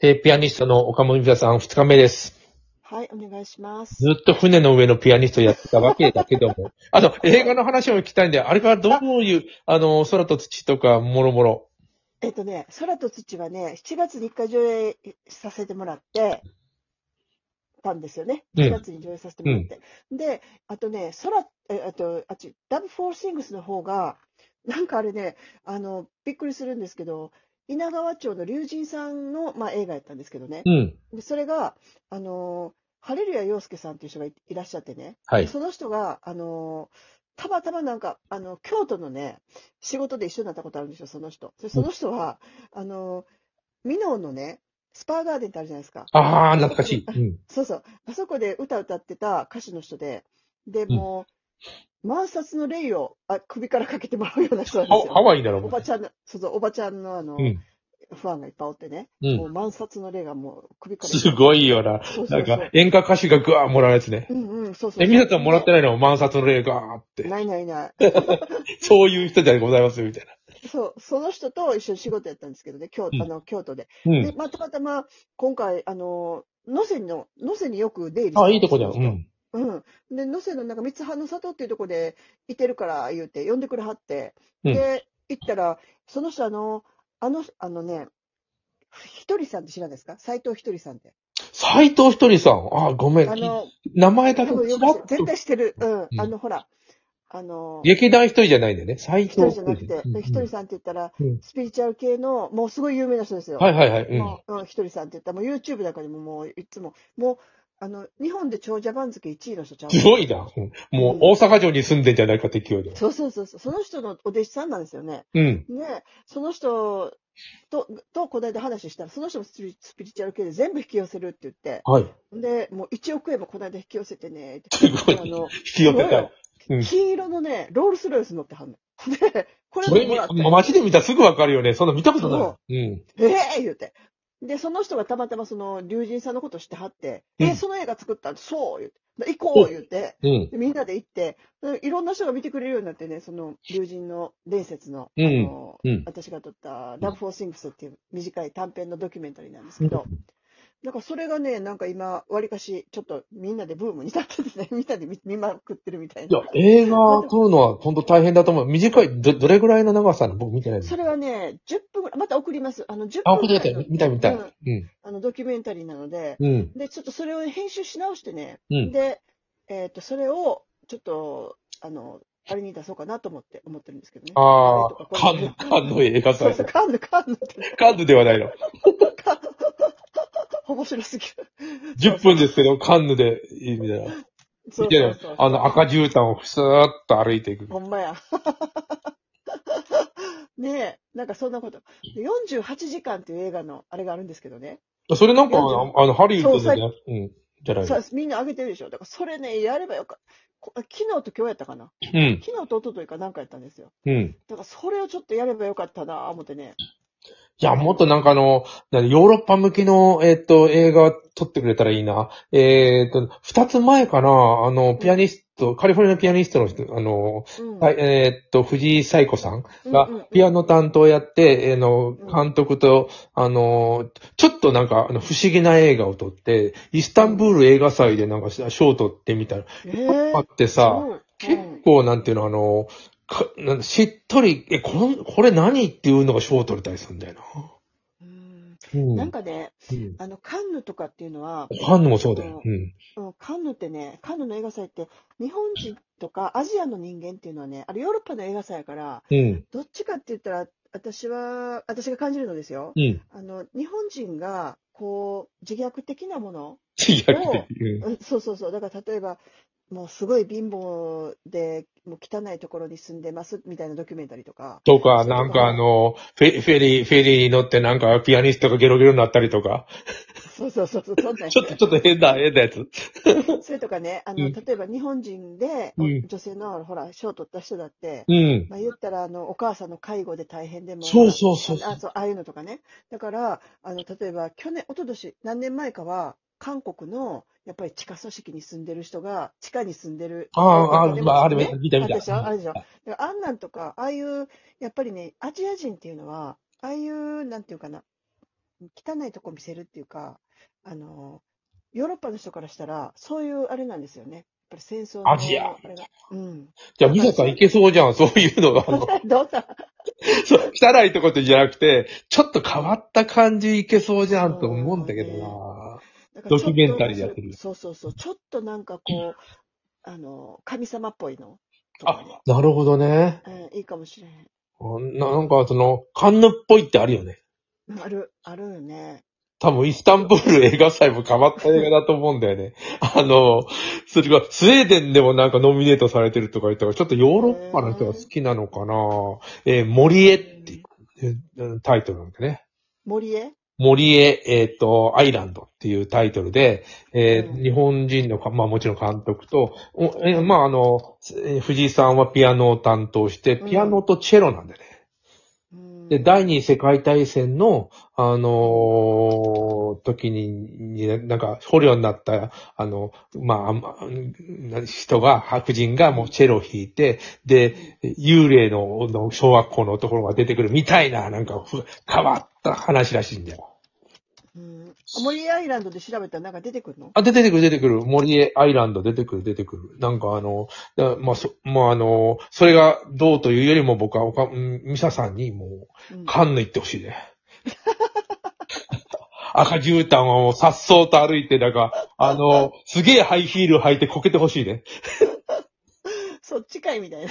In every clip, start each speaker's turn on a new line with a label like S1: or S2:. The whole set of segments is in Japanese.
S1: えーピアニストの岡本美沙さん、二日目です。
S2: はい、お願いします。
S1: ずっと船の上のピアニストやってたわけだけども。 あと、映画の話も聞きたいんで、あれからどういう、あの、空と土とか、もろもろ。
S2: えっとね、空と土はね、7月に1回上映させてもらって、たんですよね。
S1: うん
S2: 7月に上映させてもらって。で、あとね、空、え、あと、あっち、ダブフォーシングスの方が、なんかあれね、あの、びっくりするんですけど、稲川町の龍神さんの、まあ、映画やったんですけどね。
S1: うん。
S2: でそれが、あの、ハレルヤ洋介さんっていう人がいいらっしゃってね。
S1: はい。
S2: その人が、あのーたまたまなんか、あの、京都のね、仕事で一緒になったことあるんですよ、その人。でその人は、あのー、ミノーのね、スパーガーデンってあるじゃないですか。
S1: あー、懐かしい。うん。
S2: そうそう。あそこで歌歌ってた歌手の人で、で、もう、万札の霊をあ首からかけてもらうような人なんです
S1: ハハ
S2: よ。
S1: ワイだろ、
S2: お
S1: も
S2: ばちゃんの、そうそう、おばちゃんのあの、
S1: うん。
S2: ファンがいっぱいおってね、
S1: うん。
S2: もう万札の霊がもう首から。
S1: すごいよな。
S2: そう
S1: な
S2: そ
S1: ん
S2: うそ
S1: か
S2: う。、
S1: 演歌歌手がぐわーもらうやつね。
S2: うんうん、そうそうそう。
S1: え、みさちゃんもらってないの満札の例がーって。
S2: ないないない。
S1: そういう人じゃございますよ、みたい
S2: そう、その人と一緒に仕事やったんですけどね、京,、
S1: うん
S2: あの京都で。
S1: な。う
S2: で、
S1: ん。
S2: まあたまたま、今回、あの、能勢の、能勢によく出入り
S1: あ、いいとこだよ。う
S2: うん。
S1: ん。
S2: うん。で、能勢のなんか、三葉の里っていうとこでいてるから言うて、呼んでくれはって、
S1: うん
S2: で、行ったら、その人、あの、あの、あのね、ひとりさんって知らないですか斎藤ひとりさんって。
S1: 斎藤ひとりさん。あ、ごめ
S2: あ
S1: ん。
S2: の、
S1: 名前だ
S2: 多
S1: け
S2: 分
S1: ち
S2: よ
S1: らっ
S2: く
S1: と、
S2: 絶対してる。うん。
S1: うん
S2: あの、ほら、あの、
S1: 劇団一人じゃないんだよね。斎
S2: ひと
S1: 藤
S2: りじゃなく
S1: う
S2: て、
S1: ん
S2: でひとりさんって言ったら、
S1: うん
S2: スピリチュアル系の、もうすごい有名な人ですよ。
S1: はいはいはい。うん。
S2: もう、うん、ひとりさんって言ったら、もう YouTube なんかでももういつも、もう、あの、日本で長者番付1位の人ちゃう
S1: すごいな。うんもう大阪城に住んでんじゃないかって勢いで。
S2: そうそうそうそう、その人のお弟子さんなんですよね。
S1: うん。
S2: ね、その人と、と、この間話したら、その人もスピリスピリチュアル系で全部引き寄せるって言って、
S1: はい。
S2: で、もう1億円もこの間引き寄せてね、って
S1: すごい
S2: あ
S1: 引
S2: の、
S1: き寄せたい。うん
S2: 金色のね、ロールスロイス乗ってはんの。 で、これ
S1: それ
S2: も
S1: 見
S2: もらって、
S1: 街で見たらすぐわかるよね。そんな見たことない。うん。
S2: ええ言うて。で、その人がたまたまその、竜神さんのこと知ってはって、
S1: うん
S2: え、その映画作ったんそう言うて。で行こう言うて。
S1: うん。
S2: でみんなで行って、でいろんな人が見てくれるようになってね、その、竜神の伝説の、
S1: うん
S2: あの、
S1: うん
S2: 私が撮った、ラブ・フォー・シングスっていう短い短編のドキュメンタリーなんですけど、なんかそれがね、なんか今、わりかし、ちょっとみんなでブームになっててね、 みんなで見見まくってるみたい
S1: いや
S2: な。、
S1: 映画撮るのは本当大変だと思う。短い、ど、どれぐらいの長さなの僕見てないです
S2: そ。れはね、10分ぐらい、また送ります。あの、10
S1: あ、
S2: 分
S1: 見て
S2: ぐら
S1: た
S2: いの
S1: よ。見た見た。
S2: う
S1: うんん。
S2: あの、ドキュメンタリーなので、
S1: うん。
S2: で、ちょっとそれを編集し直してね、
S1: うん。
S2: で、えっ、と、それを、ちょっと、あの、あれに出そうかなと思って、思ってるんですけどね。
S1: あ
S2: れと
S1: あ、
S2: か
S1: カ
S2: これ
S1: ン、カンの映画
S2: そう
S1: 祭
S2: そ。う、カンヌ、カンヌって、
S1: カンヌではないの。
S2: カンヌ。面白すぎる。
S1: 10分ですけど、カンヌで、いいみた いな。見
S2: そう
S1: て
S2: そ
S1: る
S2: うそう。
S1: あの赤絨毯をふさーっと歩いていく。
S2: ほんまや。 ねえ、なんかそんなこと。で48時間っていう映画の、あれがあるんですけどね。
S1: それなんか、あの、あのハリウッドでね、うん。じゃない
S2: さみんな上げてるでしょ。だからそれね、やればよかこ昨日と今日やったかな。
S1: うん。
S2: 昨日と一昨日かなんかやったんですよ。
S1: うん。
S2: だからそれをちょっとやればよかったなぁ、思ってね。
S1: いや、もっとなんかあの、何ヨーロッパ向きの、えっ、と、映画撮ってくれたらいいな。えっ、と、二つ前かな、あの、ピアニスト、カリフォルニアピアニストの人、あの、
S2: うん
S1: はい、えっ、と、藤井彩子さんが
S2: うんうんうん、
S1: ピアノ担当やって、えーの、
S2: ん
S1: 監督と、あの、ちょっとなんか、あの、不思議な映画を撮って、イスタンブール映画祭でなんか賞を取ってみたら、
S2: えー
S1: あってさ、
S2: すごい
S1: 結構なんていうの、あの、かなんかしっとり、え、こん、これ何っていうのが賞を取れたりするんだよな。
S2: うん
S1: うん
S2: なんかね、
S1: うん
S2: あの、カンヌとかっていうのは、
S1: ファンもそうだよ。うん。
S2: うんカンヌってね、カンヌの映画祭って、日本人とかアジアの人間っていうのはね、あれヨーロッパの映画祭やから、
S1: うん。
S2: どっちかって言ったら、私は、私が感じるのですよ。
S1: うん。
S2: あの、日本人が、こう、自虐的なもの、
S1: 自虐的。うん
S2: うんそうそうそう、だから例えば、もうすごい貧乏で、もう汚いところに住んでますみたいなドキュメンタリーとか、
S1: とか、なんかあの、フェフェリー、フェリーに乗ってなんかピアニストがゲロゲロになったりとか。
S2: そうそうそうそう、そんなんや
S1: ちょっと、ちょっと変な、変なやつ。
S2: それとかね、あ
S1: う
S2: の、
S1: ん
S2: 例えば日本人で、
S1: うん
S2: 女性の、ほら、賞取った人だって、
S1: うん。
S2: まあ、言ったら、あの、お母さんの介護で大変でも、
S1: そうそうそうそう
S2: あそう、ああいうのとかね。だから、あの、例えば、去年、一昨年何年前かは、韓国の、やっぱり地下組織に住んでる人が、地下に住んでる。
S1: ああ
S2: 多いとかね
S1: まああるね見た見た
S2: あるでしょあるでしょ。
S1: あ
S2: だからあんなんとか、ああいう、やっぱりね、アジア人っていうのは、ああいう、なんていうかな、汚いとこ見せるっていうか、あの、ヨーロッパの人からしたら、そういうあれなんですよね。やっぱり戦争の。
S1: アジア
S2: あれがうん。
S1: じゃあ、ミサさんいけそうじゃん、そういうのが。あの、
S2: どうぞ。
S1: そう汚いとこってじゃなくて、ちょっと変わった感じいけそうじゃんと思うんだけどな。
S2: だからちょっと
S1: ドキュメンタリーやってる
S2: そうそうそう。ちょっとなんかこう、あの、神様っぽいのとか
S1: あ
S2: ね。、
S1: なるほどね。
S2: うんいいかもしれへん。
S1: ななんか、その、カンヌっぽいってあるよね。
S2: ある、あるよね。
S1: 多分、イスタンブール映画祭も変わった映画だと思うんだよね。あの、それが、スウェーデンでもなんかノミネートされてるとか言ったから、ちょっとヨーロッパの人が好きなのかな。えー、森江っていうタイトルなんだね。
S2: 森へ
S1: 森江、えっ、と、アイランドっていうタイトルで、えー
S2: うん
S1: 日本人のか、まあもちろん監督と、おえーまああの、えー藤井さんはピアノを担当して、
S2: うん
S1: ピアノとチェロなんでね。
S2: うん
S1: で、第二次世界大戦の、あのー時に、になんか、捕虜になった、あの、まああんま、うん人が、白人がもうチェロを弾いて、で、幽霊のの小学校のところが出てくるみたいな、なんか、ふ変わった話らしいんだよ。
S2: うん、森アイランドで調べたらなんか出てくるの
S1: あ、で出てくる、出てくる。森江アイランド出てくる、出てくる。なんかあの、だまあ、そ、まああの、それがどうというよりも僕は、おか、うんミサさんにも
S2: うん
S1: う、カンヌ行ってほしいね。 赤絨毯をさっそうと歩いて、なんか、あの、すげえハイヒール履いてこけてほしいね。
S2: そっちかいみたい
S1: い
S2: な。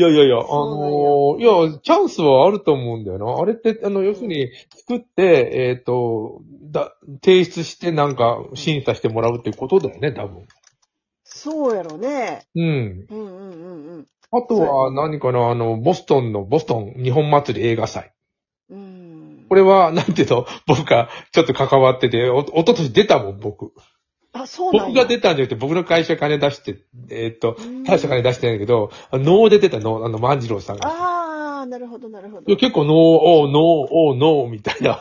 S1: やいやいや、あ
S2: そ
S1: のいや、チャンスはあると思うんだよな。あれって、あの、要するに、作って、えっ、と、だ、提出してなんか審査してもらうっていうことだよね、多分。
S2: そうやろね。
S1: うん。
S2: うんうんうん
S1: あとは何かな、あの、ボストンの、ボストン日本祭り映画祭。
S2: うん。うん。
S1: これは、なんていうの、僕がちょっと関わってて、お、おととし出たもん、僕。
S2: あ、そうなん
S1: 僕
S2: や
S1: が出たんじゃなくて、僕の会社金出して、えーっと、
S2: うん
S1: 大した金出してないんだけど、能で出たの、あの、万次郎さんが。
S2: ああ、なるほどなるほ
S1: い
S2: ど
S1: や。結構、能、おう、能、おう、能、みたいな、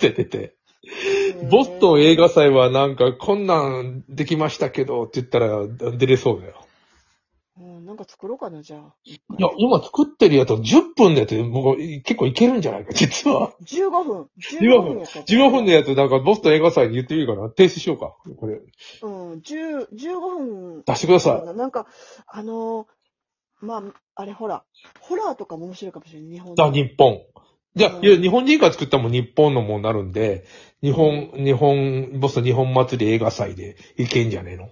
S1: 出てて。ボストン映画祭はなんか、こんなんできましたけど、って言ったら、出れそうだよ。
S2: ン、うん。なんか作ろうかな、じゃあ。
S1: いや、今作ってるやつ10分でやって、僕、結構いけるんじゃないか、実は。
S2: 15分。
S1: 15分
S2: やった。
S1: 15分のやつ、なんかボストン映画祭に言ってみるかな停止しようか。これ、
S2: うん、10 15分。
S1: 出してください。
S2: なんか、あのーまあ、あれほら、ホラーとかも面白いかもしれない、日本
S1: だ、
S2: の。
S1: 日本。じゃあ、
S2: うん
S1: いや、日本人が作ったもん日本のもんになるんで、日本、日本、ボストン日本祭り映画祭でいけんじゃねえの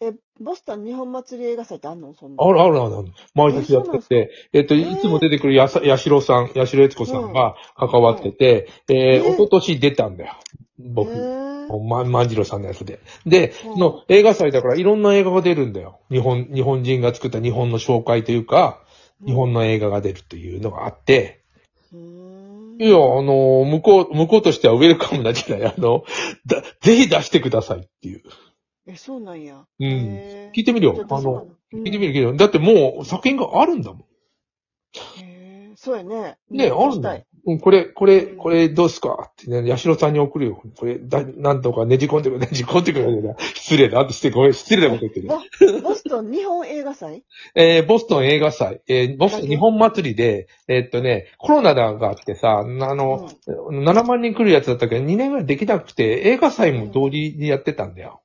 S2: え、ボストン日本祭り映画祭ってあんのそんな。
S1: あるあるあるある。毎年やってて、えっと、いつも出てくるやさ、やしろさん、やしろえつこさんが関わってて、えー、
S2: え
S1: おととし出たんだよ。僕。
S2: へー
S1: ま、万次郎さんのやつで。で、
S2: うん
S1: の映画祭だからいろんな映画が出るんだよ。日本、日本人が作った日本の紹介というか、日本の映画が出るというのがあって、
S2: うーん
S1: いや、あの、向こう、向こうとしてはウェルカムなんじゃないあの、だ、ぜひ出してくださいっていう。
S2: え、そうなんや。
S1: うん
S2: へー
S1: 聞いてみるよ。あ
S2: じゃ
S1: の、聞いて
S2: る
S1: みるけど、だってもう作品があるんだも
S2: へーそうやね。
S1: ん。ね、あ
S2: う
S1: る
S2: ん
S1: ん
S2: した
S1: だ
S2: い
S1: よ。うん、これ、これ、
S2: うん
S1: これどうすかってね、八代さんに送るよ。これ、だ、なんとかねじ込んでくれ、ねじ込んでくれな。失礼だ。あとしてごめん、失礼なこと言ってる。
S2: ボボストン日本映画祭
S1: えーボストン映画祭、えーボストン日本祭りで、えーっとね、コロナだがあってさ、なあの、7万人来るやつだったけど、2年ぐらいできなくて、映画祭も同時にやってたんだよ。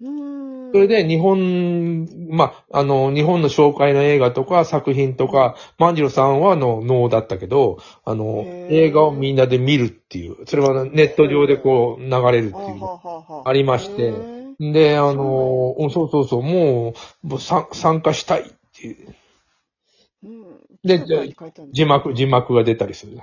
S2: うーん。
S1: それ、で、日本、まあ、あの、日本の紹介の映画とか作品とか、万次郎さんはあの、能だったけど、あの
S2: へ、ー
S1: 映画をみんなで見るっていう、それはネット上でこう、流れるって
S2: あ
S1: いう。
S2: はあはあは
S1: ありまして
S2: へー
S1: で、あの、うんそうそうそう、もう、もう参参加したいっていう。
S2: うん。
S1: で
S2: 字幕に書いてあるね
S1: 字幕、字幕が出たりする。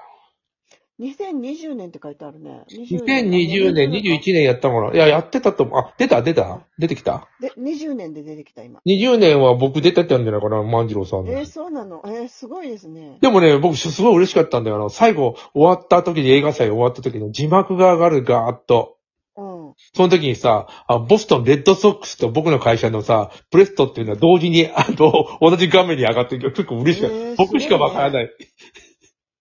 S2: 2020年って書いてあるね。
S1: 2020年、21
S2: 年。
S1: 年やったのかな。いや、やってたと思う。あ、出た、出た出てきた
S2: で、20年で出てきた、今。
S1: ?20 年は僕出てたんじゃないかな、万次郎さんの
S2: えー、そうなの。えー、すごいですね。
S1: でもね、僕すごい嬉しかったんだよな。最後、終わった時に映画祭終わった時の字幕が上がる、ガーッと。
S2: うん。
S1: その時にさ、あボストンレッドソックスと僕の会社のさ、プレストっていうのは同時に、あの、同じ画面に上がってる結構嬉しかった。
S2: えー
S1: 僕しかわからない。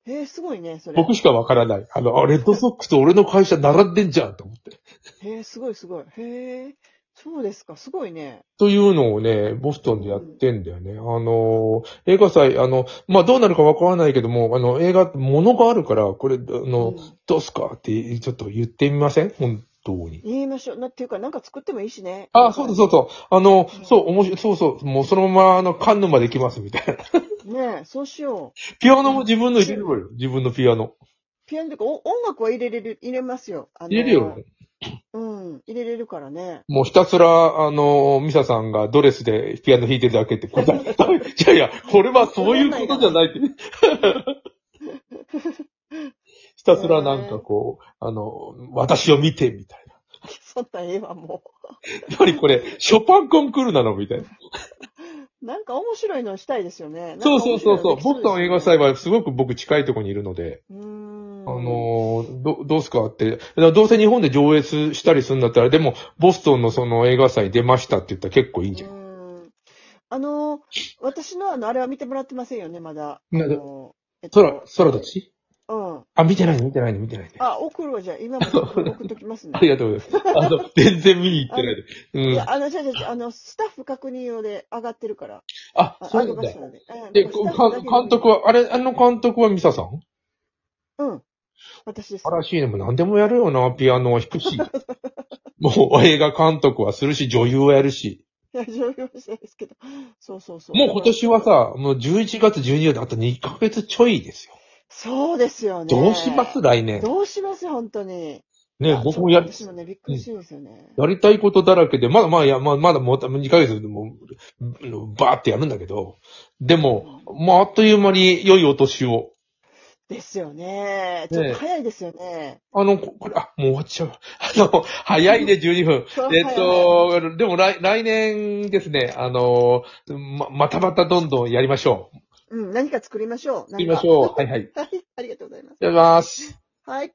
S2: えー、すごいね、それ。
S1: 僕しかわからない。あの、あレッドソックスと俺の会社並んでんじゃんと思って。
S2: へえ、すごいすごい。へえ、そうですか、すごいね。
S1: というのをね、ボストンでやってんだよね。あのー、映画祭、あの、まあ、どうなるかわからないけども、あの、映画って物があるから、これ、あの、
S2: うん
S1: どうすかって、ちょっと言ってみません本当に。
S2: 言いましょう。なっていうか、なんか作ってもいいしね。
S1: あ、そうだそうそう。
S2: そ
S1: あの
S2: う、ん
S1: そう、面白い、そうそう、もうそのまま、あの、カンヌまで行きます、みたいな。
S2: う。ねえ、そうしよう。
S1: ピアノも自分の入れるわよ。自分のピアノ。
S2: ピアノとか、お音楽は入れれる、入れますよ。あの
S1: 入れるよ。
S2: うん、入れれるからね。
S1: もうひたすら、あの、ミサさんがドレスでピアノ弾いてるだけって こと。いやいや、これはそういうことじゃないって。 ひたすらなんかこう、あの、私を見て、みたい
S2: そんなんええわ、も
S1: な。何これ、ショパンコンクールなのみたいな。
S2: う。なんか面白いのしたいですよね。
S1: そうそうそうそう。僕と
S2: の
S1: 映画祭はすごく僕近いところにいるので、
S2: うーん。
S1: あ、の、ど、どうすかって。だからどうせ日本で上映すしたりするんだったら、でも、ボストンのその映画祭出ましたって言ったら結構いいんじゃん。
S2: うん。あの、私のあの、あれは見てもらってませんよね、まだ。
S1: な
S2: あのえっと
S1: 空、空たち
S2: うん。
S1: あ、見てないの見てないの見てないの。
S2: あ、送るわ、じゃあ。今 も送っときますね
S1: あ。りがとうございます。あの、全然見に行ってないで。
S2: い
S1: うん
S2: や、。あの、じゃあじゃあじゃああの、スタッフ確認用で上がってるから。
S1: あ
S2: あ、
S1: そう
S2: 上げ
S1: なん
S2: ま
S1: だ
S2: し。たので。うん
S1: で、
S2: もう
S1: こ
S2: スタ
S1: か
S2: ッフだけで
S1: 監督は、あれ、あの監督はミサさん
S2: うん。私です。
S1: らしいね。もう何でもやるよな、ピアノは弾く し。もう映画監督はするし、女優はやるし。
S2: いや、 上業者ですけど。そうそうそう。
S1: もう今年はさ、もう11月12月であと2ヶ月ちょいですよ。
S2: そうですよね。
S1: どうします来年。
S2: どうします本当に。
S1: ね
S2: あ、
S1: 僕もや
S2: ちょっ
S1: り
S2: と、私もね、びっくりしいですよね。
S1: やりたいことだらけで、まだまあ、いや、まあ、まだもう2ヶ月でもう、バーってやるんだけど、でも、まあ、あっという間に良いお年を。
S2: ですよね。ちょっと早いですよね。
S1: あの、ここれ、あ、もう終わっちゃう。 あの、早いね、12分。
S2: そう
S1: えっ、と、でも来、来年ですね、あの、ま、またまたどんどんやりましょう。
S2: うん、何か作りましょう。
S1: や
S2: 作
S1: りましょう。はいはい。
S2: はい、ありがとうございます。
S1: やります。
S2: はい。